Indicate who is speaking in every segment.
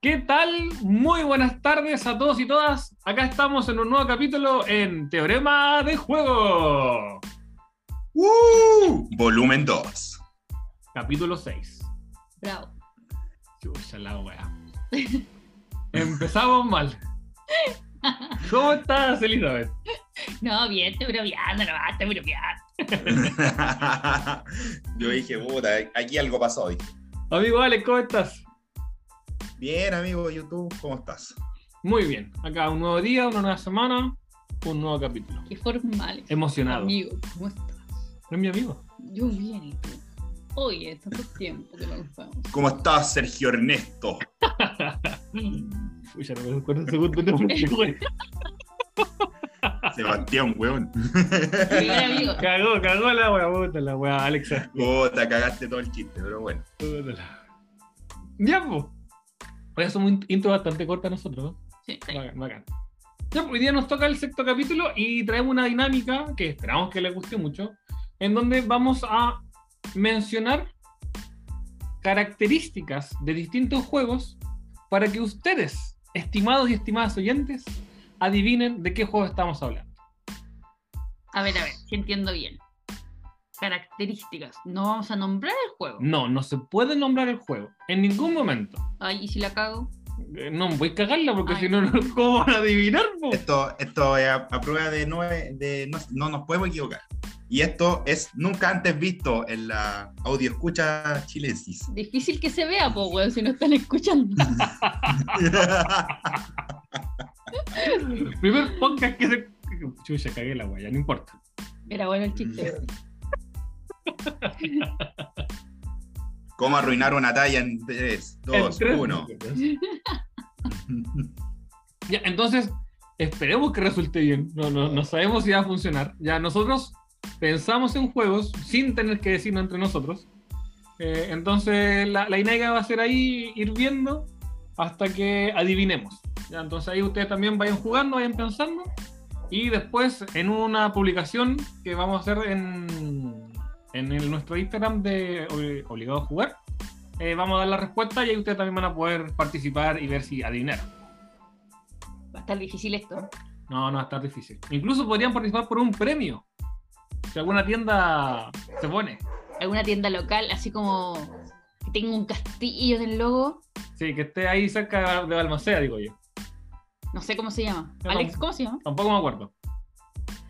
Speaker 1: ¿Qué tal? Muy buenas tardes a todos y todas. Acá estamos en un nuevo capítulo en Teorema de Juego,
Speaker 2: ¡Woo! Volumen 2.
Speaker 1: capítulo 6.
Speaker 3: Bravo.
Speaker 1: Chucha la wea. Empezamos mal. ¿Cómo estás, Elizabeth?
Speaker 3: No, bien, estoy bromeando, no, estoy bromeando.
Speaker 2: Yo dije, puta, aquí algo pasó. Dije,
Speaker 1: Amigo Alex, ¿cómo estás?
Speaker 2: Bien, amigo de YouTube, ¿cómo estás?
Speaker 1: Muy bien. Acá un nuevo día, una nueva semana, un nuevo capítulo.
Speaker 3: Qué formal.
Speaker 1: Emocionado.
Speaker 3: Amigo, ¿cómo estás?
Speaker 1: ¿No es mi amigo?
Speaker 3: Yo bien, ¿y tú? Oye, tanto tiempo que no nos vemos.
Speaker 2: ¿Cómo estás, Sergio Ernesto?
Speaker 1: Uy, ya no me acuerdo el segundo nombre. güey.
Speaker 2: Sebastián, weón.
Speaker 3: Primer amigo.
Speaker 1: Cagó, cagó la wea, puta la wea, Alexa.
Speaker 2: Puta, cagaste todo el chiste, pero bueno.
Speaker 1: Ya, pues. Hoy hacemos un intro bastante corta nosotros, ¿no?
Speaker 3: Sí, sí.
Speaker 1: Bacán, bacán. Ya, pues, hoy día nos toca el sexto capítulo y traemos una dinámica que esperamos que les guste mucho, en donde vamos a mencionar características de distintos juegos para que ustedes, estimados y estimadas oyentes, adivinen de qué juego estamos hablando.
Speaker 3: A ver, a ver, si entiendo bien. Características. No vamos a nombrar el juego.
Speaker 1: No, no se puede nombrar el juego, en ningún momento.
Speaker 3: Ay, ¿y si la cago?
Speaker 1: Eh, No, voy a cagarla porque
Speaker 3: Ay.
Speaker 1: si no, no, ¿cómo van a adivinar? po?
Speaker 2: Esto, esto es a, a prueba de, no, de no, no nos podemos equivocar. Y esto es nunca antes visto en la audio escucha chilensis.
Speaker 3: Difícil que se vea, po, weón, si no están escuchando.
Speaker 1: Primer podcast que se... Chucha, cagué la guaya, no importa.
Speaker 3: Era bueno el chiste.
Speaker 1: Mm.
Speaker 2: ¿Cómo arruinar una talla en 3,
Speaker 1: En
Speaker 2: 2,
Speaker 1: tres
Speaker 2: 1?
Speaker 1: minutos. Ya, entonces, esperemos que resulte bien. No, no, no sabemos si va a funcionar. Ya nosotros pensamos en juegos sin tener que decirnos entre nosotros. Eh, entonces, la, la dinámica va a ser ahí ir viendo hasta que adivinemos. Ya, entonces, ahí ustedes también vayan jugando, vayan pensando. Y después, en una publicación que vamos a hacer en, en el- nuestro Instagram de Obli- Obligado a Jugar, eh, vamos a dar la respuesta y ahí ustedes también van a poder participar y ver si adivinaron.
Speaker 3: Va a estar difícil esto.
Speaker 1: No, no, va a estar difícil. Incluso podrían participar por un premio. Si alguna tienda se pone.
Speaker 3: Alguna tienda local, así como que tenga un castillo del logo.
Speaker 1: Sí, que esté ahí cerca de Balmaceda, digo yo.
Speaker 3: No sé cómo se llama.
Speaker 1: Yo
Speaker 3: Alex,
Speaker 1: tampoco.
Speaker 3: ¿cómo se llama?
Speaker 1: Tampoco me acuerdo.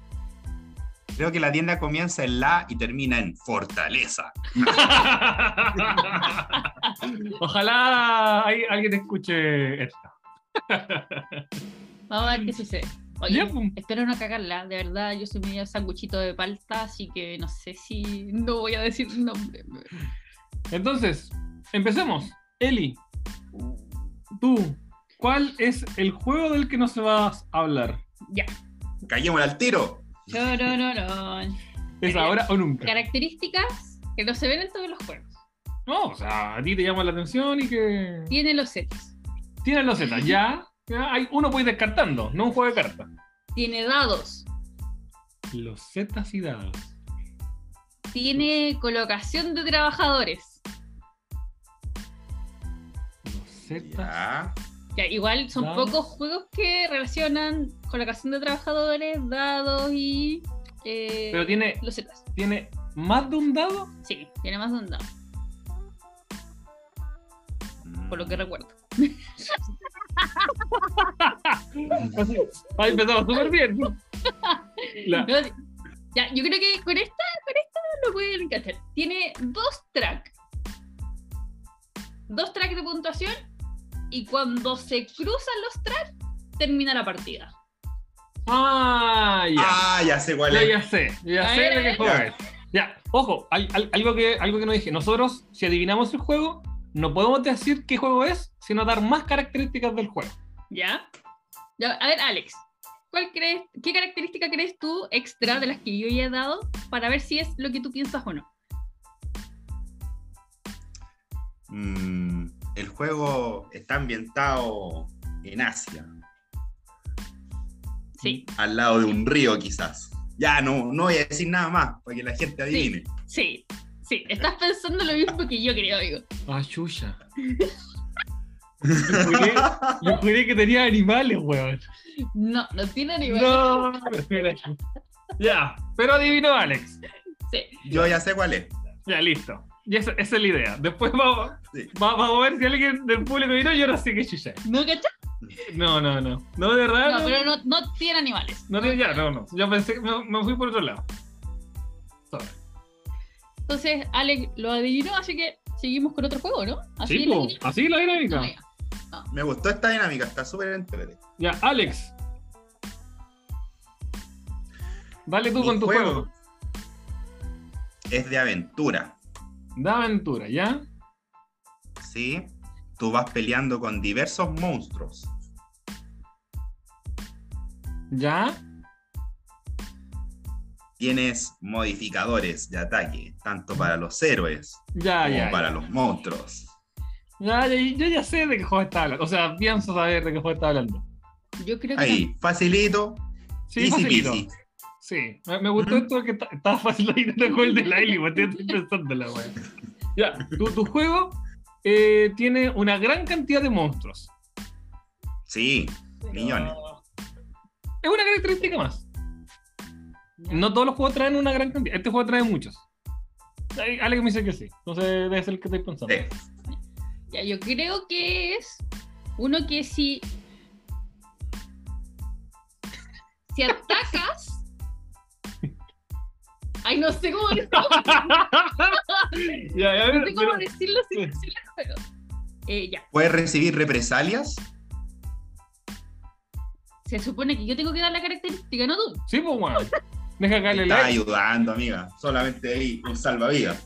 Speaker 2: Creo que la tienda comienza en La y termina en Fortaleza.
Speaker 1: Ojalá hay- alguien escuche esto.
Speaker 3: Vamos a ver qué sucede. Oye,
Speaker 1: Mm. Ya, pues. pum.
Speaker 3: espero no cagarla, de verdad, yo soy medio sanguchito de palta, así que no sé si no voy a decir el nombre.
Speaker 1: Entonces, empecemos. Eli, tú, ¿cuál es el juego del que nos vas a hablar?
Speaker 3: Ya.
Speaker 2: Callémosle al tiro.
Speaker 3: Chorororón.
Speaker 1: ¿Es ahora o nunca?
Speaker 3: Características que no se ven en todos los juegos.
Speaker 1: No, o sea, a ti te llama la atención y que...
Speaker 3: Tiene los sets,
Speaker 1: Tienes los Z, ya. ya hay, uno puede ir descartando, no un juego de cartas.
Speaker 3: tiene dados,
Speaker 1: Los zetas y dados.
Speaker 3: tiene colocación de trabajadores.
Speaker 1: Los zetas.
Speaker 2: Ya.
Speaker 3: Ya, igual son
Speaker 1: Dados.
Speaker 3: pocos juegos que relacionan colocación de trabajadores, dados y eh,
Speaker 1: Pero tiene,
Speaker 3: los sets.
Speaker 1: tiene más de un dado.
Speaker 3: Sí, tiene más de un dado,
Speaker 2: Mm.
Speaker 3: por lo que recuerdo.
Speaker 1: Ha empezado súper bien. La-
Speaker 3: No, ya, yo creo que con esta, con esta lo pueden encajar. Tiene dos tracks. Dos tracks de puntuación. Y cuando se cruzan los tracks, termina la partida.
Speaker 1: Ah, ya.
Speaker 2: Ah, ya sé cuál
Speaker 1: Yo
Speaker 2: es.
Speaker 1: ya sé. yo ya
Speaker 3: A
Speaker 1: sé
Speaker 3: ver,
Speaker 1: de
Speaker 3: a
Speaker 1: qué
Speaker 3: ver.
Speaker 1: juego es. Ya, ojo, al- al- algo, que, algo que no dije. Nosotros, si adivinamos el juego, no podemos decir qué juego es, sino dar más características del juego.
Speaker 3: ¿Ya? Ya, a ver, Alex. ¿Cuál crees, ¿Qué característica crees tú extra de las que yo ya he dado para ver si es lo que tú piensas o no?
Speaker 2: Mm, el juego está ambientado en Asia,
Speaker 3: Sí,
Speaker 2: al lado de un río quizás. Ya, no, no voy a decir nada más para que la gente adivine.
Speaker 1: Mm.
Speaker 3: sí, Ah, sí. Estás pensando lo mismo que yo creo, digo.
Speaker 1: Ah, chucha. Yo juré, yo juré que tenía animales, weón.
Speaker 3: No, no tiene ni
Speaker 1: No, espera. Ya, pero adivinó Alex.
Speaker 3: Sí.
Speaker 2: Yo ya sé cuál es.
Speaker 1: Ya, listo. Y esa, esa es la idea. Después vamos,
Speaker 2: Sí.
Speaker 1: va- vamos a ver si alguien del público vino. Yo no sé qué chucha.
Speaker 3: ¿No cachai?
Speaker 1: No, no, no. No, de verdad.
Speaker 3: No, pero no, no tiene animales.
Speaker 1: No, no, ya, no, no. Yo pensé, me, me fui por otro lado. Sorry.
Speaker 3: Entonces, Alex lo adivinó, así que seguimos con otro juego, ¿no? Así
Speaker 1: Sí,
Speaker 3: lo
Speaker 1: po,
Speaker 3: adivinó.
Speaker 1: así la dinámica.
Speaker 3: No, ya.
Speaker 2: Me gustó esta dinámica, está súper entretenida.
Speaker 1: Ya, Alex. Dale tú
Speaker 2: Mi
Speaker 1: con tu juego.
Speaker 2: juego. Es de aventura,
Speaker 1: Da aventura, ¿ya?
Speaker 2: ¿sí? Tú vas peleando con diversos monstruos.
Speaker 1: ¿Ya?
Speaker 2: Tienes modificadores de ataque, tanto para los héroes
Speaker 1: Ya,
Speaker 2: como
Speaker 1: Ah, ya.
Speaker 2: para los monstruos.
Speaker 1: Ya, ya, yo ya sé de qué juego está hablando. O sea, pienso saber de qué juego está hablando.
Speaker 3: Yo creo que
Speaker 2: Ahí, facilito,
Speaker 1: Sí,
Speaker 2: easy
Speaker 1: facilito.
Speaker 2: peasy.
Speaker 1: Sí, me, me gustó esto de que ta- estaba fácil ahí no el de la Eli, porque estoy pensando la wea. Ya, tu, tu juego eh, tiene una gran cantidad de monstruos. Ah,
Speaker 2: Sí, millones.
Speaker 1: Es una característica más.
Speaker 3: Ya.
Speaker 1: No todos los juegos traen una gran cantidad. Este juego trae muchos. Ahí Alex me dice que sí. Entonces debe ser el que estoy pensando.
Speaker 2: Sí.
Speaker 3: Ya, yo creo que es uno que si. Si atacas. Ay, no sé cómo, no
Speaker 1: ya, ya, pero-
Speaker 3: sé cómo
Speaker 1: pero-
Speaker 3: decirlo sin decirlo, pero. Eh, ya.
Speaker 2: Puedes recibir represalias.
Speaker 3: Se supone que yo tengo que dar la característica, no tú.
Speaker 1: Sí, pues, weón. Deja
Speaker 2: Te
Speaker 1: caerle
Speaker 2: está
Speaker 1: like.
Speaker 2: ayudando, amiga. Solamente ahí, un salvavidas.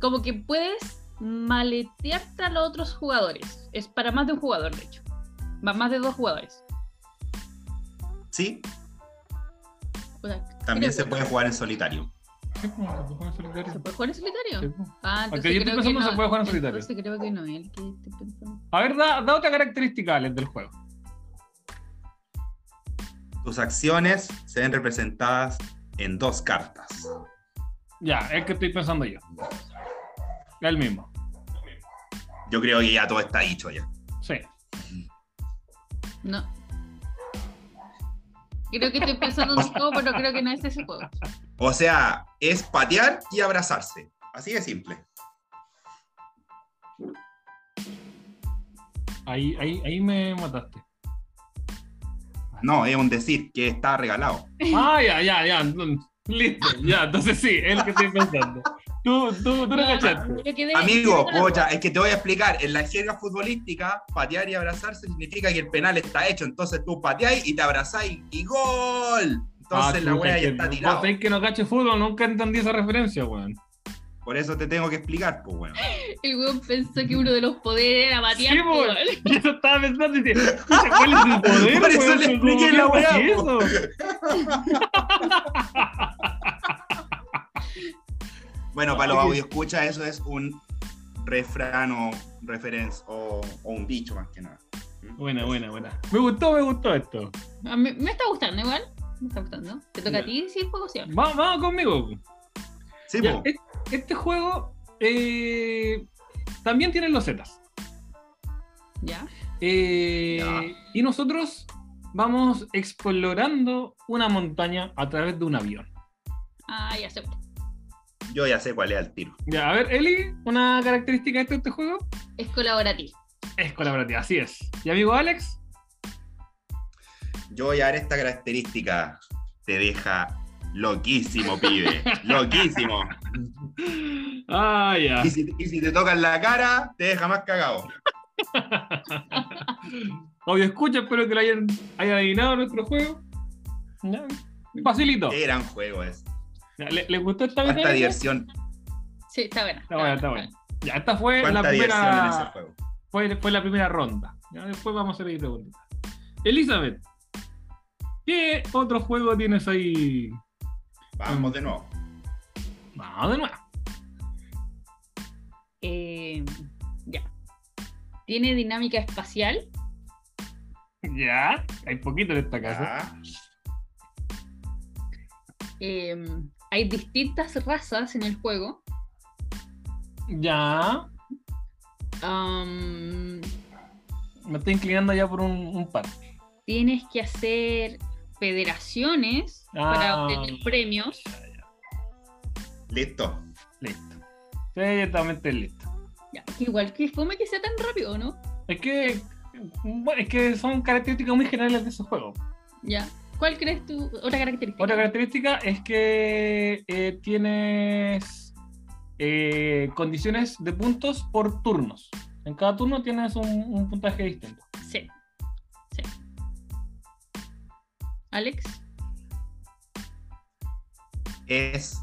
Speaker 3: Como que puedes maletearte a los otros jugadores. Es para más de un jugador, de hecho. Va más de dos jugadores.
Speaker 2: Sí,
Speaker 3: O sea,
Speaker 2: también
Speaker 3: creo
Speaker 2: se
Speaker 3: que-
Speaker 2: puede jugar en solitario.
Speaker 1: Sí, pues, weón, se puede en
Speaker 3: ¿Se
Speaker 1: solitario.
Speaker 3: puede jugar en
Speaker 1: Sí,
Speaker 3: solitario?
Speaker 1: pues.
Speaker 3: Ah,
Speaker 1: Aunque yo estoy pensando se puede jugar en solitario.
Speaker 3: Entonces creo que no es el que estoy pensando.
Speaker 1: A ver, da, da otra característica, Alex, del juego.
Speaker 2: Tus acciones se ven representadas en dos cartas.
Speaker 1: Ya, es que estoy pensando yo. Es el mismo.
Speaker 2: Yo creo que ya todo está dicho ya.
Speaker 1: Sí.
Speaker 3: No. Creo que estoy pensando en un juego, pero creo que no es ese juego.
Speaker 2: O sea, es patear y abrazarse. Así de simple.
Speaker 1: Ahí, ahí, ahí me mataste.
Speaker 2: No, es un decir que está regalado.
Speaker 1: Ah, ya, ya, ya. mm, Listo, ya. Entonces sí, es el que estoy pensando. Tú, tú, tú no
Speaker 3: Ah,
Speaker 1: cachaste.
Speaker 3: Yo quedé-
Speaker 2: Amigo,
Speaker 3: quedé con la-
Speaker 2: pocha, es que te voy a explicar. En la jerga futbolística, patear y abrazarse significa que el penal está hecho. Entonces tú pateáis y te abrazáis y gol.
Speaker 1: Ah,
Speaker 2: Entonces la wea ya está
Speaker 1: tirada.
Speaker 2: tirada.
Speaker 1: que no cacho fútbol, nunca entendí esa referencia, weón.
Speaker 2: Por eso te tengo que explicar, pues, weón.
Speaker 3: El weón pensó que uno de los poderes era batear.
Speaker 1: Sí,
Speaker 3: pero-
Speaker 1: weón. Yo eso estaba pensando y dije, "Pucha, ¿cuál es el poder?
Speaker 2: Por eso
Speaker 1: weón?
Speaker 2: le
Speaker 1: ¿Cómo
Speaker 2: expliqué
Speaker 1: mierda
Speaker 2: la weá,
Speaker 1: es
Speaker 2: po.
Speaker 1: eso?
Speaker 2: Bueno, para los
Speaker 1: Ok.
Speaker 2: audio escucha, eso es un refrán o reference o, o un dicho más que nada. ¿Mm?
Speaker 1: Buena, buena, buena. Me gustó, me gustó esto.
Speaker 3: A mí- me está gustando igual. Me está gustando. Te
Speaker 1: Ya.
Speaker 3: toca a ti, sí, el juego sí. o no?
Speaker 1: Va- Vamos conmigo.
Speaker 2: Sí, pues,
Speaker 1: Ya,
Speaker 2: po.
Speaker 1: e- este juego eh, también tiene losetas.
Speaker 3: Ya.
Speaker 1: Eh,
Speaker 2: Ya.
Speaker 1: Y nosotros vamos explorando una montaña a través de un avión.
Speaker 3: Ah, ya sé.
Speaker 2: yo ya sé cuál es el tiro.
Speaker 1: Ya, a ver, Eli, una característica de este, este juego
Speaker 3: Es colaborativo.
Speaker 1: es colaborativa, así es. Y amigo Alex,
Speaker 2: Yo voy a dar esta característica. Te deja loquísimo, pibe. loquísimo.
Speaker 1: ah, ya.
Speaker 2: Y si, y si te tocan la cara, te deja más cagado.
Speaker 1: Obvio, escucha, espero que lo hayan, hayan adivinado nuestro juego. Ya, Facilito.
Speaker 2: Qué gran juego es.
Speaker 1: Ya, ¿Le, le gustó esta
Speaker 2: Eh, Cuánta
Speaker 1: mecánica?
Speaker 2: diversión.
Speaker 3: Sí, está buena.
Speaker 1: Está buena, está buena. Ya, esta fue la
Speaker 2: Cuánta diversión en ese
Speaker 1: primera,
Speaker 2: juego.
Speaker 1: fue, fue la primera ronda. Ya, después vamos a hacer ahí preguntas. Elizabeth, ¿qué otro juego tienes ahí?
Speaker 2: Vamos de nuevo.
Speaker 1: Vamos de nuevo.
Speaker 3: Eh, ya. Tiene dinámica espacial.
Speaker 1: Ya, hay poquito en esta casa.
Speaker 2: Ya.
Speaker 3: Eh, hay distintas razas en el juego.
Speaker 1: Ya,
Speaker 3: Am,
Speaker 1: Me estoy inclinando ya por un, un par.
Speaker 3: tienes que hacer federaciones para
Speaker 1: Ah.
Speaker 3: obtener premios.
Speaker 2: Listo.
Speaker 1: Listo. Sí, totalmente listo.
Speaker 3: Ya, que igual que fome que sea tan rápido, ¿no?
Speaker 1: Es que, bueno, es que son características muy generales de esos juegos.
Speaker 3: Ya. ¿Cuál crees tú? Otra característica.
Speaker 1: Otra característica es que eh, tienes eh, condiciones de puntos por turnos. En cada turno tienes un, un puntaje distinto.
Speaker 3: Sí. Sí. Alex.
Speaker 2: Es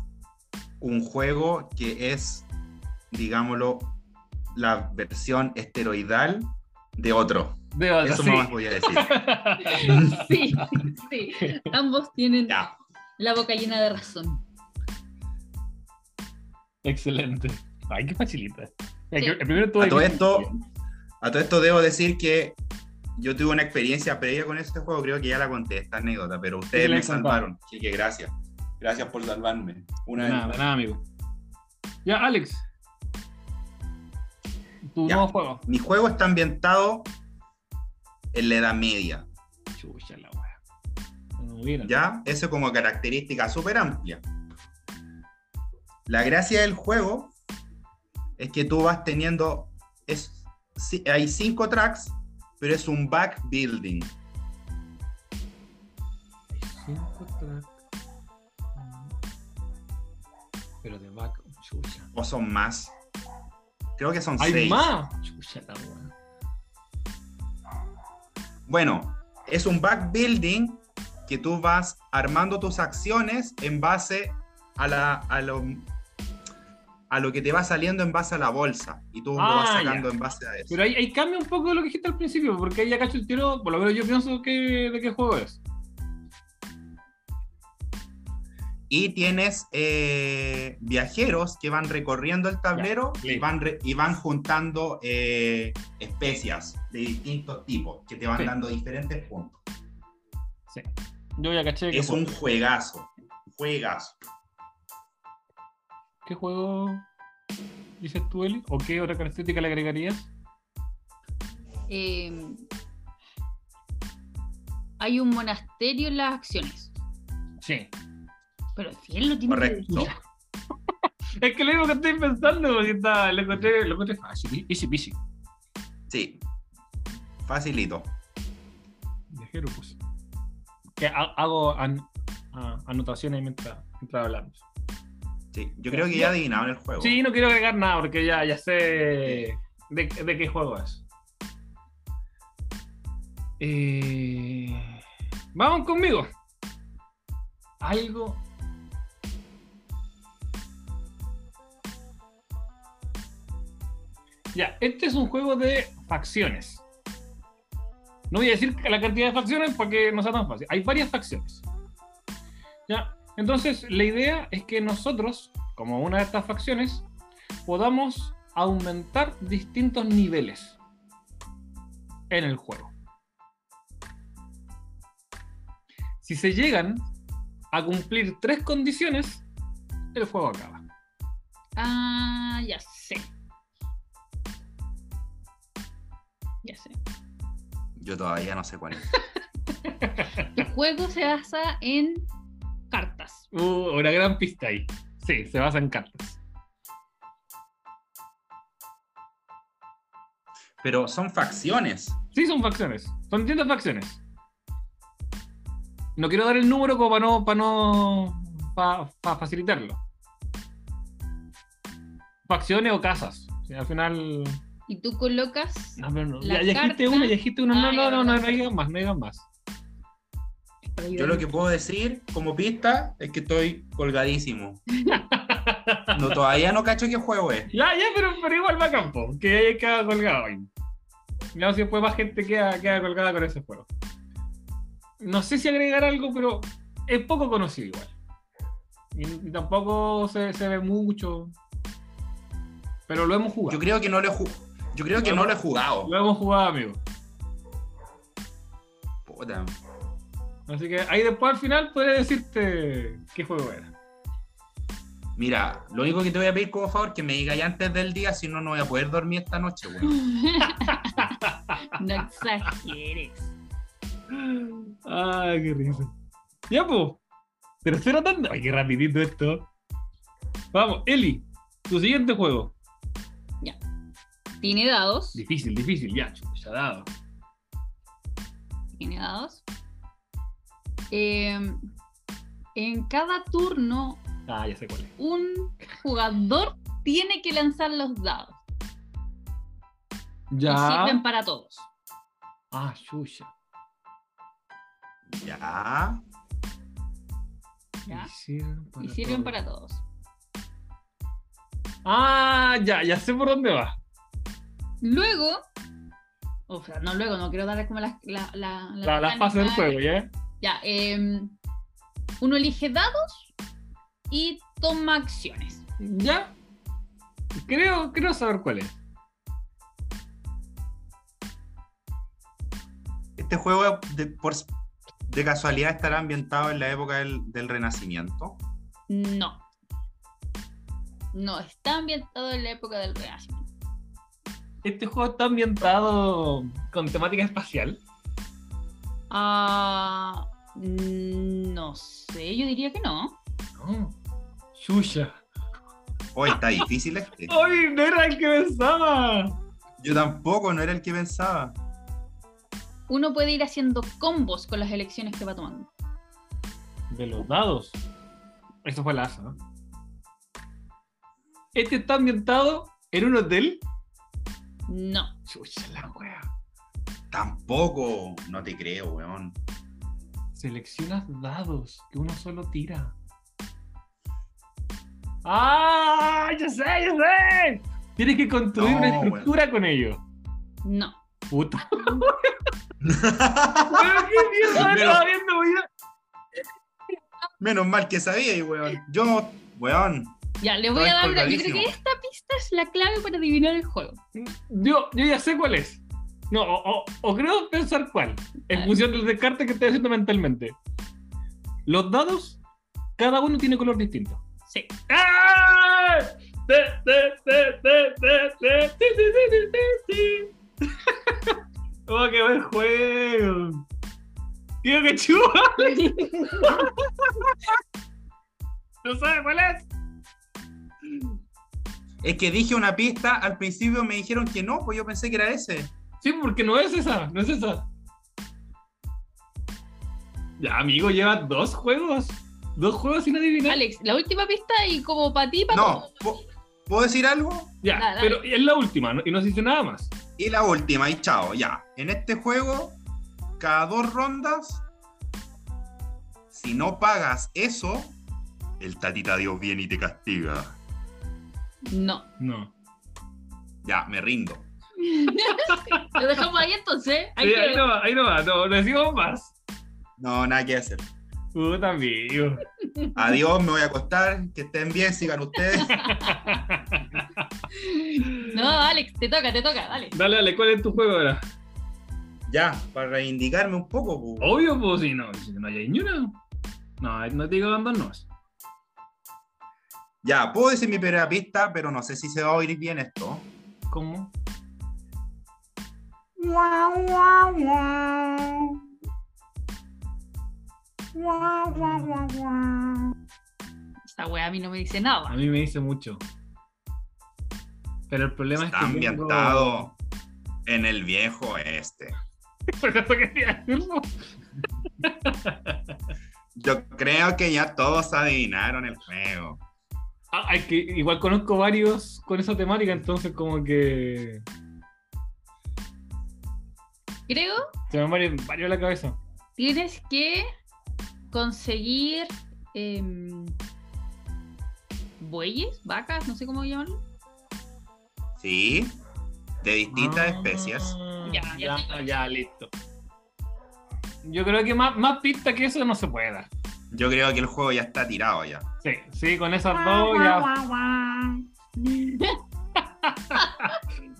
Speaker 2: un juego que es, digámoslo, la versión esteroidal de otro.
Speaker 1: De otra,
Speaker 2: Eso
Speaker 1: sí.
Speaker 2: no más voy a decir.
Speaker 3: Sí, sí. Ambos tienen
Speaker 2: Ya.
Speaker 3: la boca llena de razón.
Speaker 1: Excelente. Ay, qué facilita.
Speaker 3: Sí.
Speaker 1: El primero tuve
Speaker 2: Ah, A todo
Speaker 1: que-
Speaker 2: esto, a todo esto debo decir que yo tuve una experiencia previa con este juego, creo que ya la conté esta anécdota, pero ustedes
Speaker 1: Sí, la
Speaker 2: me
Speaker 1: he contado.
Speaker 2: salvaron. Así que gracias. Gracias por salvarme. Una
Speaker 1: De
Speaker 2: vez
Speaker 1: nada,
Speaker 2: más.
Speaker 1: de nada, amigo. Ya, Alex. Tu
Speaker 2: Ya.
Speaker 1: nuevo juego.
Speaker 2: Mi juego está ambientado en la Edad Media,
Speaker 1: Chucha la wea. No hubiera.
Speaker 2: ¿ya? Eso como característica súper amplia. La gracia del juego es que tú vas teniendo, es, sí, hay cinco tracks, pero es un back building.
Speaker 1: Cinco track. Pero de back, chucha.
Speaker 2: ¿O son más? Creo que son
Speaker 1: ¡Hay
Speaker 2: seis.
Speaker 1: más! Chucha la wea.
Speaker 2: Bueno, es un back building que tú vas armando tus acciones en base a, la, a, lo, a lo que te va saliendo en base a la bolsa. Y tú lo vas
Speaker 1: Ah,
Speaker 2: sacando
Speaker 1: ya.
Speaker 2: en base a eso.
Speaker 1: Pero ahí, ahí cambia un poco de lo que dijiste al principio, porque ahí ya cacho el tiro, por lo menos yo pienso que, de qué juego es.
Speaker 2: Y tienes eh, viajeros que van recorriendo el tablero
Speaker 1: Ya,
Speaker 2: y,
Speaker 1: listo.
Speaker 2: van re- y van juntando eh, especias de distintos tipos que te van
Speaker 1: Sí.
Speaker 2: dando diferentes puntos.
Speaker 1: Sí. Yo ya caché que
Speaker 2: Es un juegazo. Juegazo.
Speaker 1: ¿Qué juego dices tú, Eli? ¿O qué otra característica le agregarías?
Speaker 3: Eh, hay un monasterio en las acciones.
Speaker 1: Sí.
Speaker 3: Pero fiel lo tiene que
Speaker 2: Correcto.
Speaker 3: decir.
Speaker 1: Es que lo mismo que estoy pensando, porque está, lo encontré, lo encontré fácil, easy peasy.
Speaker 2: Sí. Facilito.
Speaker 1: Viajero, pues. Que ha- hago an- a- anotaciones mientras, mientras hablamos.
Speaker 2: Sí, yo creo que ya adivinaron el juego.
Speaker 1: Sí, no quiero agregar nada porque ya, ya sé de, de qué juego es. Eh, vamos conmigo. Algo. Ya, este es un juego de facciones. No voy a decir la cantidad de facciones para que no sea tan fácil. Hay varias facciones. Ya, entonces la idea es que nosotros, como una de estas facciones, podamos aumentar distintos niveles en el juego. Si se llegan a cumplir tres condiciones, el juego acaba.
Speaker 3: Ah, ya sé. Ya sé.
Speaker 2: Yo todavía no sé cuál es.
Speaker 3: El juego se basa en cartas.
Speaker 1: Uh, una gran pista ahí. Sí, se basa en cartas.
Speaker 2: Pero son facciones.
Speaker 1: Sí, son facciones. Son distintas facciones. No quiero dar el número como para no, para no para, facilitarlo. Facciones o casas. O sea, al final.
Speaker 3: Y tú colocas.
Speaker 2: Ah,
Speaker 1: No, pero no.
Speaker 3: La
Speaker 1: Ya, ya dijiste
Speaker 3: carta-
Speaker 1: una, ya dijiste una. No, no,
Speaker 3: Ah, ya,
Speaker 1: no, no,
Speaker 3: verdad.
Speaker 1: no digas más, no digas más.
Speaker 3: para
Speaker 2: Yo
Speaker 3: ayudar.
Speaker 2: lo que puedo decir como pista es que estoy colgadísimo. No, todavía no cacho qué juego es.
Speaker 1: Ya, ya, pero, pero igual va a campo, que ahí queda colgado ahí. No, si después más gente queda, queda colgada con ese juego. No sé si agregar algo, pero es poco conocido igual. Y, y tampoco se, se ve mucho. Pero lo hemos jugado.
Speaker 2: Yo creo que no lo he, ju- Yo creo que no lo he jugado.
Speaker 1: Lo hemos jugado, amigo.
Speaker 2: Puta.
Speaker 1: Así que ahí después al final puedes decirte qué juego era.
Speaker 2: Mira, lo único que te voy a pedir como favor que me digas antes del día, si no, no voy a poder dormir esta noche, weón.
Speaker 3: No exageres.
Speaker 1: Ay, qué risa. Ya, po. Tercera tanda. Ay, qué rapidito esto. Vamos, Eli, tu siguiente juego.
Speaker 3: Tiene dados.
Speaker 1: Difícil, difícil, ya, chupo, ya dado.
Speaker 3: Tiene dados. Eh, en cada turno,
Speaker 1: Ah, ya sé cuál es.
Speaker 3: un jugador tiene que lanzar los dados. Y sirven
Speaker 1: Ya.
Speaker 3: para todos.
Speaker 1: Ah, Yuya.
Speaker 2: Ya.
Speaker 3: ¿ya?
Speaker 1: Y sirven para
Speaker 3: Y sirven
Speaker 1: todo.
Speaker 3: para todos.
Speaker 1: Ah, ya, ya sé por dónde va.
Speaker 3: Luego, o sea, no luego, no quiero darles como la, la, la, la
Speaker 1: La, la
Speaker 3: mecánica.
Speaker 1: fase del juego, ¿ya?
Speaker 3: Ya, eh, uno elige dados y toma acciones.
Speaker 1: Ya. Creo, creo saber cuál es.
Speaker 2: Este juego de, por, de casualidad estará ambientado en la época del, del Renacimiento.
Speaker 3: No. No, está ambientado en la época del Renacimiento.
Speaker 1: Este juego está ambientado con temática espacial.
Speaker 3: Ah, mm, no sé, yo diría que no. Oh.
Speaker 1: No. Yuya.
Speaker 2: Hoy está difícil este.
Speaker 1: ¡Ay, no era el que pensaba!
Speaker 2: Yo tampoco, no era el que pensaba.
Speaker 3: Uno puede ir haciendo combos con las elecciones que va tomando.
Speaker 1: De los dados. Esto fue la asa, ¿no? Este está ambientado en un hotel.
Speaker 3: No.
Speaker 1: Chucha la wea.
Speaker 2: Tampoco. No te creo, weón.
Speaker 1: Seleccionas dados que uno solo tira. ¡Ah! ¡Ya sé, ya sé! Tienes que construir
Speaker 2: No,
Speaker 1: una
Speaker 2: weón.
Speaker 1: estructura con ellos.
Speaker 3: No.
Speaker 1: Puta. Weón, ¿Qué mierda
Speaker 2: Pero-
Speaker 1: estaba viendo, weón?
Speaker 2: Menos mal que sabía, weón. Yo, weón.
Speaker 3: Ya, le voy a
Speaker 2: Estaba
Speaker 3: dar una. Yo creo
Speaker 2: colgadísimo.
Speaker 3: que esta pista es la clave para adivinar el juego.
Speaker 1: Yo, yo ya sé cuál es. No, o, o- o creo pensar cuál. En
Speaker 3: Ah.
Speaker 1: función del descarte que estoy haciendo mentalmente. Los dados, cada uno tiene color distinto.
Speaker 3: Sí.
Speaker 1: ¡Ah! Te, te, te, te, te, te, ti, ti, ti, ti, ti, ti. ¡Oh, qué buen juego! ¡Tío, que chupa! ¿No sabes cuál es?
Speaker 2: Es que dije una pista, al principio me dijeron que no, pues yo pensé que era ese.
Speaker 1: Sí, porque no es esa, no es esa. Ya, amigo, lleva dos juegos. Dos juegos sin adivinar.
Speaker 3: Alex, la última pista y como para ti, para
Speaker 2: No, ¿po- ¿puedo decir algo?
Speaker 1: ya,
Speaker 3: dale, dale.
Speaker 1: pero es la última ¿no? y no se dice nada más.
Speaker 2: Y la última, y chao, ya. En este juego, cada dos rondas, si no pagas eso, el tatita Dios viene y te castiga.
Speaker 3: No.
Speaker 1: No.
Speaker 2: Ya, me rindo.
Speaker 3: Lo dejamos ahí entonces.
Speaker 1: Ahí,
Speaker 3: Ahí quedó.
Speaker 1: ahí no va, ahí no va, no, no decimos más.
Speaker 2: No, nada que hacer.
Speaker 1: Puta, amigo.
Speaker 2: Adiós, me voy a acostar. Que estén bien, sigan ustedes.
Speaker 3: No, Alex, te toca, te toca, dale.
Speaker 1: Dale, dale, ¿cuál es tu juego ahora?
Speaker 2: Ya, para reivindicarme un poco. po.
Speaker 1: Obvio, pues, si no, si no hay ni una. No, no te digo abandonarnos.
Speaker 2: Ya, puedo decir mi primera pista, pero no sé si se va a oír bien esto.
Speaker 1: ¿Cómo?
Speaker 2: Guau, guau, guau. Guau, guau, guau, guau.
Speaker 3: Esta wea a mí no me dice
Speaker 1: A
Speaker 3: nada.
Speaker 1: mí me dice mucho. Pero el problema
Speaker 2: Está
Speaker 1: es que. tengo-
Speaker 2: ambientado en el viejo este.
Speaker 1: Por eso quería decirlo.
Speaker 2: Yo creo que ya todos adivinaron el juego.
Speaker 1: Ah, es que igual conozco varios con esa temática, entonces como que
Speaker 3: Creo
Speaker 1: se me van varios, varios a la cabeza.
Speaker 3: tienes que conseguir em, bueyes, vacas, no sé cómo llamarlo.
Speaker 2: ¿Sí? De distintas
Speaker 1: Ah.
Speaker 2: especies.
Speaker 1: Ya,
Speaker 3: Ya,
Speaker 1: ya,
Speaker 3: ya
Speaker 1: ya,
Speaker 3: sé.
Speaker 1: listo. Yo creo que más, más pista que eso no se puede dar.
Speaker 2: Yo creo que el juego ya está tirado ya.
Speaker 1: Sí, sí, con esas dos ya.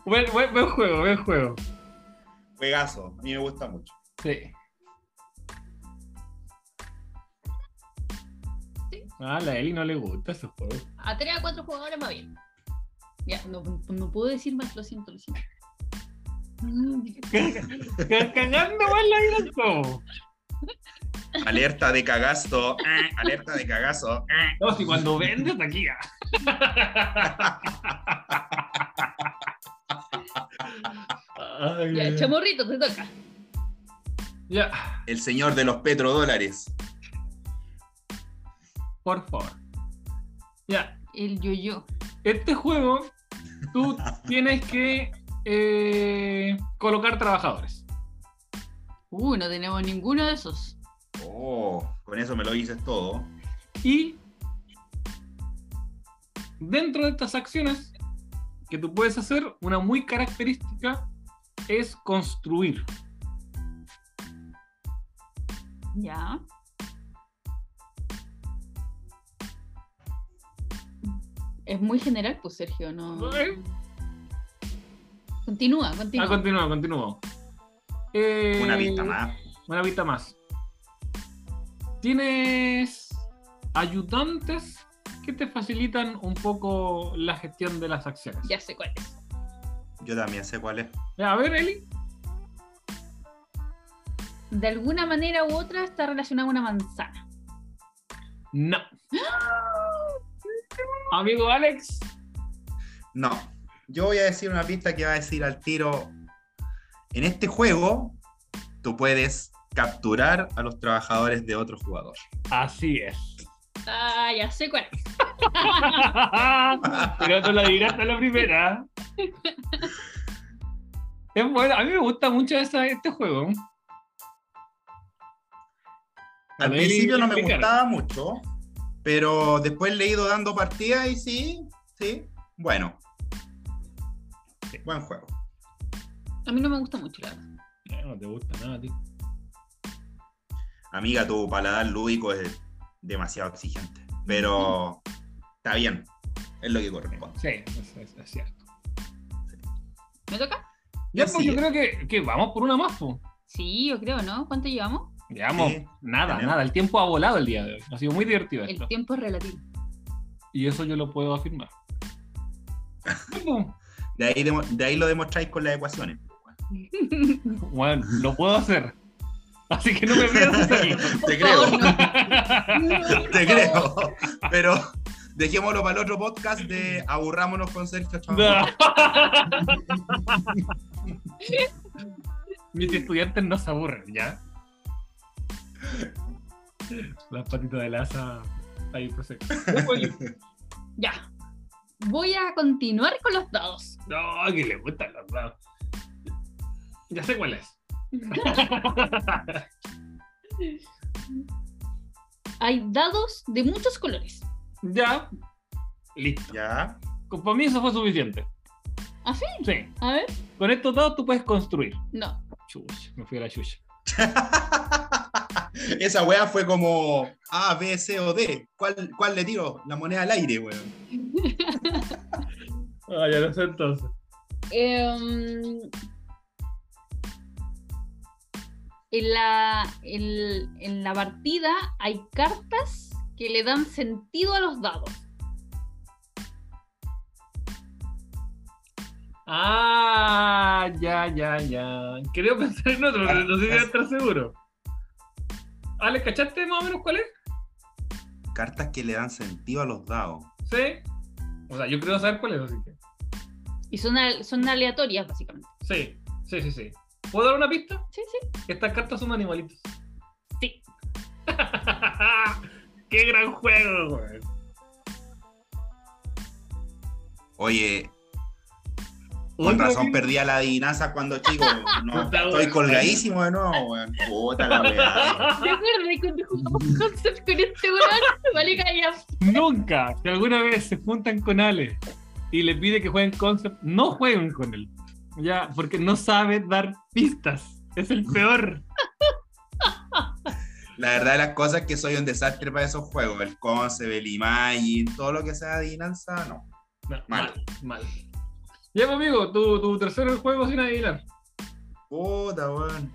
Speaker 1: Buen, buen- buen juego, buen juego.
Speaker 2: Juegazo, a mí me gusta mucho.
Speaker 1: Sí. Ah, la Eli no le gusta esos juegos.
Speaker 3: A 3 a 4 jugadores más bien. Ya, no, no puedo decir más, lo siento, lo siento. Mm,
Speaker 1: Cagando más la vida todo.
Speaker 2: Alerta de cagazo. eh, alerta de cagazo. eh.
Speaker 1: No, si cuando vendes aquí. ah. Ay,
Speaker 3: Ya, chamorrito, te toca.
Speaker 1: ya,
Speaker 2: El señor de los petrodólares.
Speaker 1: por favor. Ya,
Speaker 3: El yo-yo.
Speaker 1: este juego tú tienes que eh, colocar trabajadores.
Speaker 3: Uh, no tenemos ninguno de esos.
Speaker 2: Oh, con eso me lo dices todo.
Speaker 1: Y dentro de estas acciones que tú puedes hacer, una muy característica es construir.
Speaker 3: Ya. Es muy general, pues, Sergio, no.
Speaker 1: Eh,
Speaker 3: Continúa,
Speaker 1: Ah,
Speaker 3: continúa.
Speaker 1: continúa, continúa. Eh,
Speaker 2: Una vista más.
Speaker 1: Una vista más. Tienes ayudantes que te facilitan un poco la gestión de las acciones.
Speaker 3: Ya sé cuál es.
Speaker 2: Yo también sé cuál es.
Speaker 1: Ya, A ver, Eli.
Speaker 3: De alguna manera u otra está relacionado a una manzana.
Speaker 1: No. Amigo Alex.
Speaker 2: No, yo voy a decir una pista que va a decir al tiro. En este juego, tú puedes capturar a los trabajadores de otro jugador.
Speaker 1: Así es.
Speaker 3: Ah, ya sé cuál es.
Speaker 1: Pero tú lo dirás a la primera. Es bueno, a mí me gusta mucho esa- este juego.
Speaker 2: Al
Speaker 1: Vale,
Speaker 2: principio no me
Speaker 1: explícalo.
Speaker 2: gustaba mucho, pero después le he ido dando partidas y sí, sí, bueno. Buen juego.
Speaker 3: A mí no me gusta mucho, la verdad.
Speaker 1: Eh, No te gusta nada, tío.
Speaker 2: Amiga, tu paladar lúdico es demasiado exigente, pero está bien, es lo que corresponde.
Speaker 1: Sí, es, es- es cierto.
Speaker 3: ¿Me toca?
Speaker 1: Ya,
Speaker 2: Así
Speaker 1: pues yo
Speaker 2: es.
Speaker 1: creo que, que vamos por una más, pues.
Speaker 3: Sí, yo creo, ¿no? ¿Cuánto llevamos?
Speaker 1: Digamos,
Speaker 2: Sí,
Speaker 1: nada,
Speaker 2: tenemos.
Speaker 1: nada. El tiempo ha volado el día de hoy. Ha sido muy divertido
Speaker 3: El
Speaker 1: esto.
Speaker 3: tiempo es relativo.
Speaker 1: Y eso yo lo puedo afirmar.
Speaker 2: De ahí, demo- de ahí lo demostráis con las ecuaciones.
Speaker 1: Bueno, lo puedo hacer. Así que no me pierdas aquí.
Speaker 2: Te creo.
Speaker 3: favor, no.
Speaker 2: Te creo, pero dejémoslo para el otro podcast de aburrámonos con Sergio Chamorro.
Speaker 1: Mis estudiantes no se aburren, ¿ya? Las patitas de laza ahí perfecto.
Speaker 3: Ya. Voy a continuar con los dados.
Speaker 1: No, que le gustan los dados. Ya sé cuál es.
Speaker 3: Hay dados de muchos colores.
Speaker 1: Ya. Listo.
Speaker 2: Ya,
Speaker 1: Con- Para mí eso fue suficiente.
Speaker 3: ¿Ah, sí?
Speaker 1: Sí.
Speaker 3: A ver.
Speaker 1: Con estos dados tú puedes construir.
Speaker 3: No.
Speaker 1: Chucha, me fui a la chucha.
Speaker 2: esa weá fue como A, B, C o D. ¿Cuál, cuál le tiro? La moneda al aire, weón.
Speaker 1: Ah, ya lo sé entonces.
Speaker 3: Em, en, la, en- en la partida hay cartas que le dan sentido a los dados.
Speaker 1: Ah, ya, ya, ya. Quería pensar en otro, pero no sé si voy a estar seguro. Ale, ¿cachaste más o menos cuál es?
Speaker 2: Cartas que le dan sentido a los dados.
Speaker 1: Sí. O sea, yo creo saber cuál es, así que.
Speaker 3: Y son, al- son aleatorias, básicamente.
Speaker 1: Sí, sí, sí, sí. ¿Puedo dar una pista?
Speaker 3: Sí, sí.
Speaker 1: Estas cartas son animalitos.
Speaker 3: Sí.
Speaker 1: ¡Qué gran juego, güey!
Speaker 2: Oye, con
Speaker 1: Otra
Speaker 2: razón
Speaker 1: vez.
Speaker 2: perdí a la adivinanza cuando chico. weón. No,
Speaker 1: Puta,
Speaker 2: estoy
Speaker 1: weón.
Speaker 2: colgadísimo de nuevo, weón. Puta la weá.
Speaker 3: ¿Te acuerdas cuando jugamos concept con este weón? Vale, calla.
Speaker 1: Nunca, si alguna vez se juntan con Ale y le pide que jueguen concept, no jueguen con él. Ya, porque no sabe dar pistas. Es el peor.
Speaker 2: La verdad de las cosas es que soy un desastre para esos juegos. El concept, el imagine, todo lo que sea adivinanza, no.
Speaker 1: No,
Speaker 2: Mal.
Speaker 1: mal. Ya, pues, amigo, tu, tu tercero en juego sin adivinar.
Speaker 2: Puta, weón.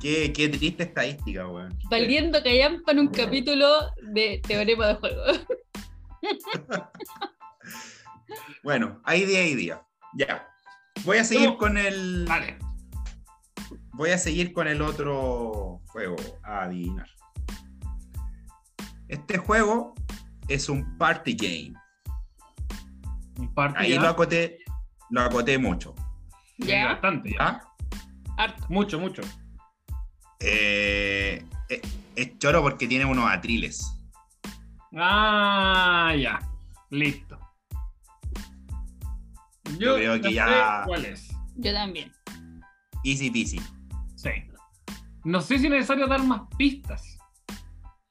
Speaker 2: Qué, qué triste estadística, weón.
Speaker 3: Valiendo callampa en un capítulo de Teorema de Juego.
Speaker 2: Bueno, hay día y día. Ya. Voy a seguir con el.
Speaker 1: Vale.
Speaker 2: Voy a seguir con el otro juego a adivinar. Este juego es un party game.
Speaker 1: Un par
Speaker 2: Ahí lo acoté, lo acoté mucho.
Speaker 3: ¿Ya?
Speaker 1: Bastante, ya.
Speaker 2: ¿ya?
Speaker 3: Harto.
Speaker 1: Mucho, mucho.
Speaker 2: Eh, es, es choro porque tiene unos atriles.
Speaker 1: Ah, ya. Listo.
Speaker 2: Yo creo que ya-
Speaker 1: sé cuál es.
Speaker 3: Yo también.
Speaker 2: Easy peasy.
Speaker 1: Sí. No sé si es necesario dar más pistas.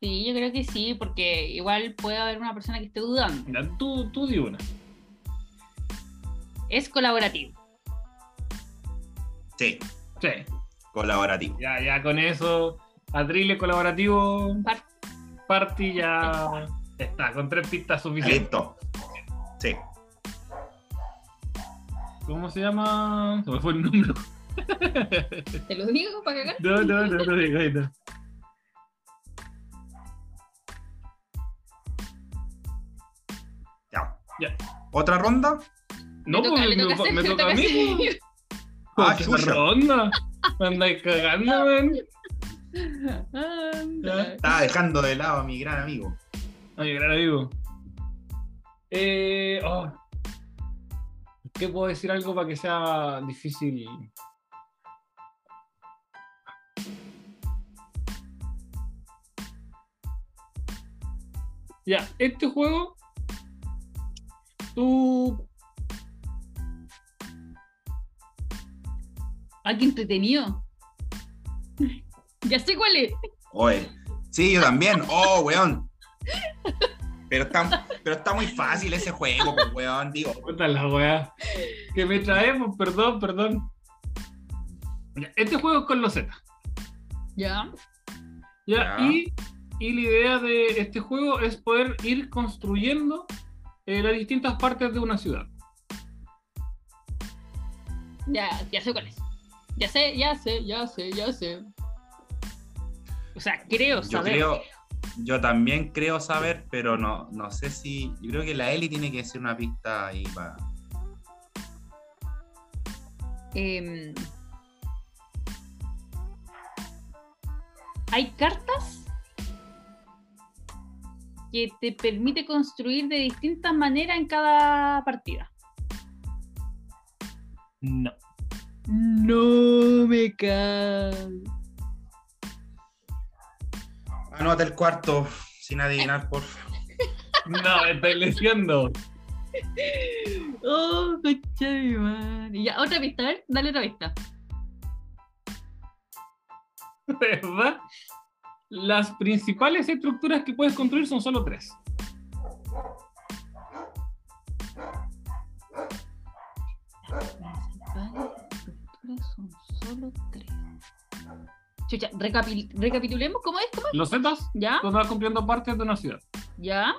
Speaker 3: Sí, yo creo que sí, porque igual puede haber una persona que esté dudando.
Speaker 1: Mira, tú, tú di una.
Speaker 3: Es colaborativo.
Speaker 2: Sí,
Speaker 1: Sí.
Speaker 2: colaborativo.
Speaker 1: Ya, ya con eso. Atriles colaborativo.
Speaker 3: Par-
Speaker 1: Party ya está. Con tres pistas suficientes.
Speaker 2: Listo. Sí.
Speaker 1: ¿Cómo se llama? Se me fue el nombre.
Speaker 3: ¿Te lo digo para cagar?
Speaker 1: No, no, no, no, digo, ahí no.
Speaker 2: Ya.
Speaker 1: Ya.
Speaker 2: ¿Otra ronda?
Speaker 1: No,
Speaker 3: Me toca-
Speaker 1: pues,
Speaker 3: le
Speaker 1: me,
Speaker 3: toca a Sergio,
Speaker 1: me
Speaker 3: le
Speaker 1: toca
Speaker 3: toca
Speaker 1: a
Speaker 3: a
Speaker 1: mí. pues.
Speaker 3: Sergio.
Speaker 2: Ah,
Speaker 1: Ah, ¿Qué
Speaker 2: chucha.
Speaker 1: onda? Me andáis cagando, weón.
Speaker 3: Ah,
Speaker 2: Estaba dejando de lado a mi gran amigo.
Speaker 1: A mi gran amigo. Eh, oh. ¿Qué puedo decir algo para que sea difícil? Ya, este juego. Tú.
Speaker 3: Ah, qué entretenido. Ya sé cuál es.
Speaker 2: Oye. Sí, yo también. Oh, weón. Pero está, pero está muy fácil ese juego, pues, weón. Digo,
Speaker 1: Puta la weá. Que me traemos, perdón, perdón. Ya, Este juego es con los Z.
Speaker 3: Ya.
Speaker 1: Ya,
Speaker 2: Ya.
Speaker 1: Y, y la idea de este juego es poder ir construyendo eh, las distintas partes de una ciudad.
Speaker 3: Ya, ya sé cuál es. Ya sé, ya sé, ya sé, ya sé. O sea, creo
Speaker 2: yo
Speaker 3: saber.
Speaker 2: creo, yo también creo saber, pero no, no sé si. Yo creo que la Eli tiene que ser una pista ahí para.
Speaker 3: Em, hay cartas que te permite construir de distintas maneras en cada partida.
Speaker 1: No.
Speaker 3: No me cago.
Speaker 2: Anota el cuarto sin adivinar, por favor.
Speaker 1: No, me estoy leyendo.
Speaker 3: Oh, concha de mi madre. Ya, otra pista, a ver, dale otra pista.
Speaker 1: ¿Verdad? Las principales estructuras que puedes construir son solo tres.
Speaker 3: principales estructuras son solo tres. Chucha, recapi- recapitulemos cómo es, cómo es.
Speaker 1: Los Zetas,
Speaker 3: ¿Ya?
Speaker 1: tú vas cumpliendo partes de una ciudad.
Speaker 3: ¿Ya?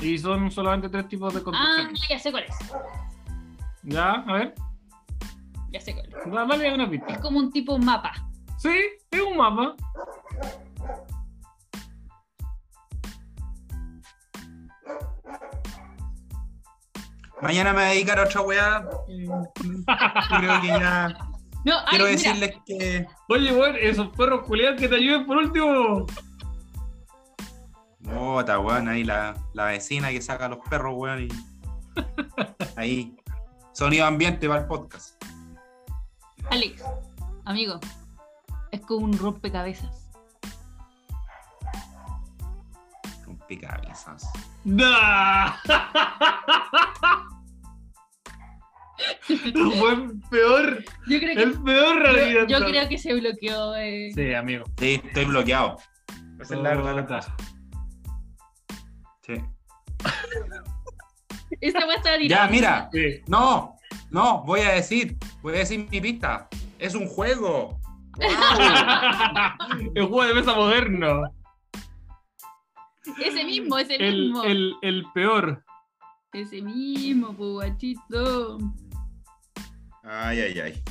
Speaker 1: Y son solamente tres tipos de
Speaker 3: Ah,
Speaker 1: construcciones.
Speaker 3: ya sé cuál es.
Speaker 1: Ya, a ver.
Speaker 3: Ya sé cuál es.
Speaker 1: da- Dale una
Speaker 3: Es
Speaker 1: pista.
Speaker 3: como un tipo mapa.
Speaker 1: Sí, es un mapa.
Speaker 2: Mañana me voy a dedicar a otra weá. Creo que ya.
Speaker 3: No,
Speaker 2: Quiero
Speaker 3: Alex, mira,
Speaker 2: decirles que.
Speaker 1: Oye, weón, esos perros culiados que te ayuden por último.
Speaker 2: Bota, weón, ahí la, la vecina que saca a los perros, weón. Y... Ahí. Sonido ambiente para el podcast.
Speaker 3: Alex, amigo, es como un rompecabezas.
Speaker 2: Un picabezas.
Speaker 1: ¡Nah! Fue el peor,
Speaker 3: Yo creo que,
Speaker 1: el peor
Speaker 3: yo,
Speaker 1: realidad.
Speaker 3: yo creo que se bloqueó. eh.
Speaker 1: Sí, amigo.
Speaker 2: Sí, estoy bloqueado. Esa es la verdad de las
Speaker 1: Puta.
Speaker 2: cosas. Sí.
Speaker 3: Esa va a estar
Speaker 2: Ya, mira.
Speaker 1: Sí.
Speaker 2: No, no, voy a decir. Voy a decir mi pista. Es un juego. ¡Guau!
Speaker 1: el juego de mesa moderno.
Speaker 3: Ese mismo, ese
Speaker 1: El,
Speaker 3: mismo.
Speaker 1: el, el peor.
Speaker 3: Ese mismo, pues guachito.
Speaker 2: Ay, ay, ay.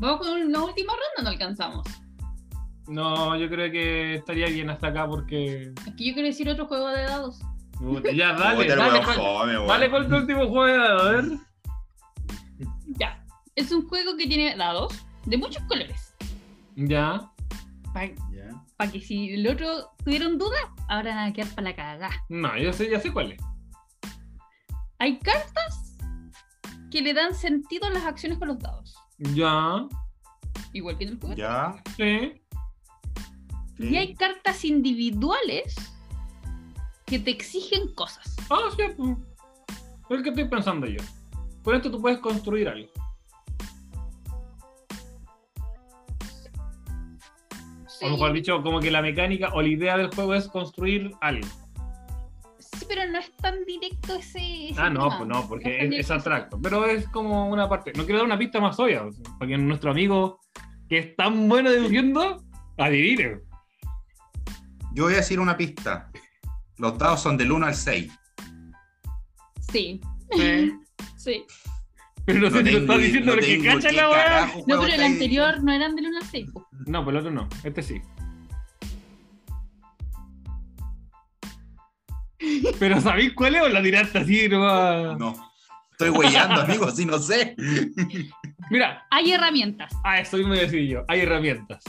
Speaker 3: Vamos con una última ronda, no alcanzamos.
Speaker 1: No, yo creo que estaría bien hasta acá porque.
Speaker 3: Es que yo quiero decir otro juego de dados.
Speaker 1: Puta, Ya,
Speaker 2: Puta,
Speaker 1: dale,
Speaker 2: el
Speaker 1: dale.
Speaker 2: weón
Speaker 1: ¿cuál-
Speaker 2: fome, weón.
Speaker 1: Dale, ¿cuál es tu último juego de dados? A ver.
Speaker 3: Ya. Es un juego que tiene dados de muchos colores.
Speaker 1: Ya.
Speaker 3: Para
Speaker 2: Ya.
Speaker 3: que si el otro tuvieron duda, ahora van a quedar para la cagada.
Speaker 1: No, yo sé, ya sé cuál es.
Speaker 3: Hay cartas que le dan sentido a las acciones con los dados.
Speaker 1: Ya.
Speaker 3: Igual que en el juego.
Speaker 2: Ya.
Speaker 1: Sí.
Speaker 2: sí.
Speaker 3: Y hay cartas individuales que te exigen cosas.
Speaker 1: Ah, sí, pues. Es el que estoy pensando yo. Con esto tú puedes construir algo. O mejor dicho, como que la mecánica o la idea del juego es construir algo.
Speaker 3: Sí, pero no es tan directo ese. ese
Speaker 1: Ah, no,
Speaker 3: tema.
Speaker 1: pues no, porque
Speaker 3: tan
Speaker 1: es, es
Speaker 3: directo ese
Speaker 1: abstracto. Pero es como una parte. No quiero dar una pista más obvia, o sea, para que nuestro amigo que es tan bueno dibujando, adivine.
Speaker 2: Yo voy a decir una pista. Los dados son del 1 al 6.
Speaker 3: tema. Sí, sí.
Speaker 1: Pero no, sé si lo
Speaker 2: tengo-
Speaker 1: estás diciendo
Speaker 2: no
Speaker 1: porque
Speaker 2: tengo
Speaker 1: cacha
Speaker 2: qué
Speaker 1: la weá.
Speaker 2: carajo
Speaker 3: No,
Speaker 2: juego
Speaker 3: pero el
Speaker 2: estáis
Speaker 3: anterior no eran del 1 al pues. 6. po.
Speaker 1: No, pero el otro no. Este sí. Pero ¿sabéis cuál es o la tiraste así nomás?
Speaker 2: No. Estoy huellando, amigo, si no sé.
Speaker 1: Mira,
Speaker 3: Hay herramientas.
Speaker 1: a eso mismo decir yo. Hay herramientas.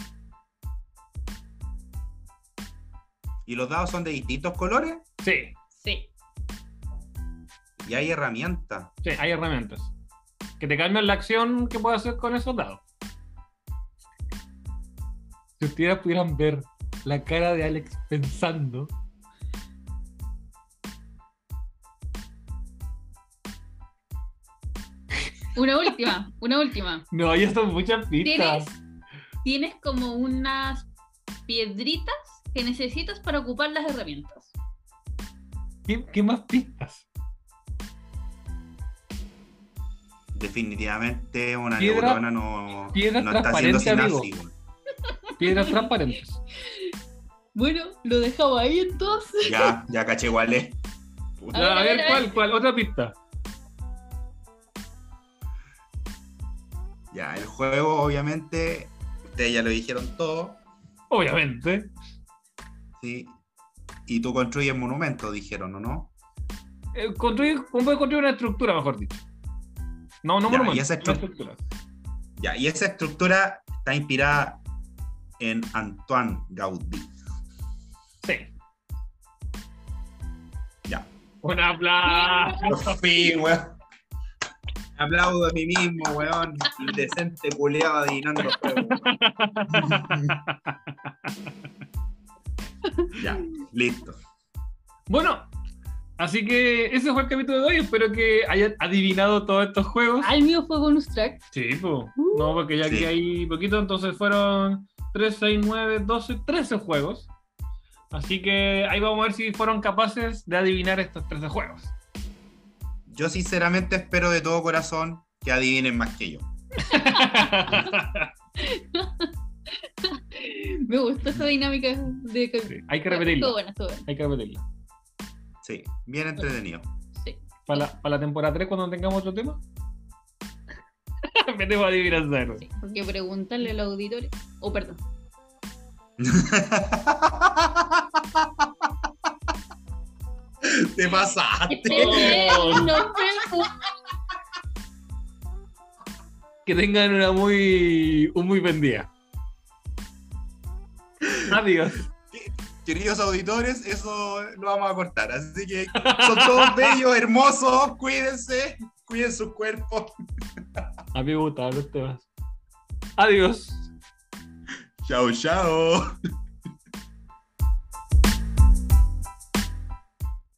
Speaker 2: Y los dados son de distintos colores
Speaker 1: Sí,
Speaker 3: Sí.
Speaker 2: y hay herramientas.
Speaker 1: sí, hay herramientas. Que te cambian la acción que puedes hacer con esos dados. Si ustedes pudieran ver la cara de Alex pensando.
Speaker 3: Una última, una última.
Speaker 1: No, ya son muchas
Speaker 3: Tienes,
Speaker 1: pistas.
Speaker 3: tienes como unas piedritas que necesitas para ocupar las herramientas.
Speaker 1: ¿Qué, qué más pistas?
Speaker 2: Definitivamente una
Speaker 1: Piedra-
Speaker 2: neurona no,
Speaker 1: piedra
Speaker 2: no está haciendo
Speaker 1: transparente, amigo.
Speaker 2: sinapsis. güey.
Speaker 1: Piedras transparentes.
Speaker 3: Bueno, lo dejaba ahí entonces.
Speaker 2: Ya, ya caché cuál es.
Speaker 3: A
Speaker 1: A ver,
Speaker 3: ver, a ver, a ver.
Speaker 1: ¿cuál, cuál? Otra pista.
Speaker 2: Ya, el juego, obviamente, ustedes ya lo dijeron todo,
Speaker 1: Obviamente.
Speaker 2: ¿sí? Y tú construyes monumentos, dijeron, ¿o no?
Speaker 1: Eh, construir, ¿Cómo puedes construir una estructura, mejor dicho? No, no
Speaker 2: Ya,
Speaker 1: monumento,
Speaker 2: y esa
Speaker 1: una
Speaker 2: estru-
Speaker 1: estructura.
Speaker 2: Ya, y esa estructura está inspirada en Antoine Gaudí.
Speaker 1: Sí.
Speaker 2: Ya.
Speaker 1: Un aplauso.
Speaker 2: Por fin, weón. Aplaudo a mí mismo, weón. Indecente culeado adivinando juegos. ya, listo.
Speaker 1: Bueno, así que ese fue el capítulo de hoy. Espero que hayan adivinado todos estos juegos.
Speaker 3: Al Ah, mío fue bonus track.
Speaker 1: Sí, pues. No, porque ya
Speaker 2: Sí.
Speaker 1: que hay poquito, entonces fueron 3, 6, 9, 12, 13 juegos. Así que ahí vamos a ver si fueron capaces de adivinar estos 13 juegos.
Speaker 2: Yo sinceramente espero de todo corazón que adivinen más que yo.
Speaker 3: Me gustó esa dinámica de
Speaker 1: Sí, hay que
Speaker 3: Estuvo
Speaker 1: repetirlo.
Speaker 3: bueno, estuvo bueno.
Speaker 1: Hay que repetirlo.
Speaker 2: Sí, bien entretenido.
Speaker 3: Sí.
Speaker 1: Para la, para la temporada 3, cuando tengamos otro tema, metemos adivinanza de nuevo.
Speaker 3: Sí, porque preguntarle al auditorio. Oh, perdón.
Speaker 2: Te pasaste.
Speaker 1: Oh.
Speaker 3: Nos vemos.
Speaker 1: Que tengan una muy, un muy buen día. Adiós.
Speaker 2: Queridos auditores, eso lo vamos a cortar. Así que son todos bellos, hermosos. Cuídense, cuiden sus cuerpos.
Speaker 1: A mí me gustaban los temas. Adiós.
Speaker 2: Chao, chao.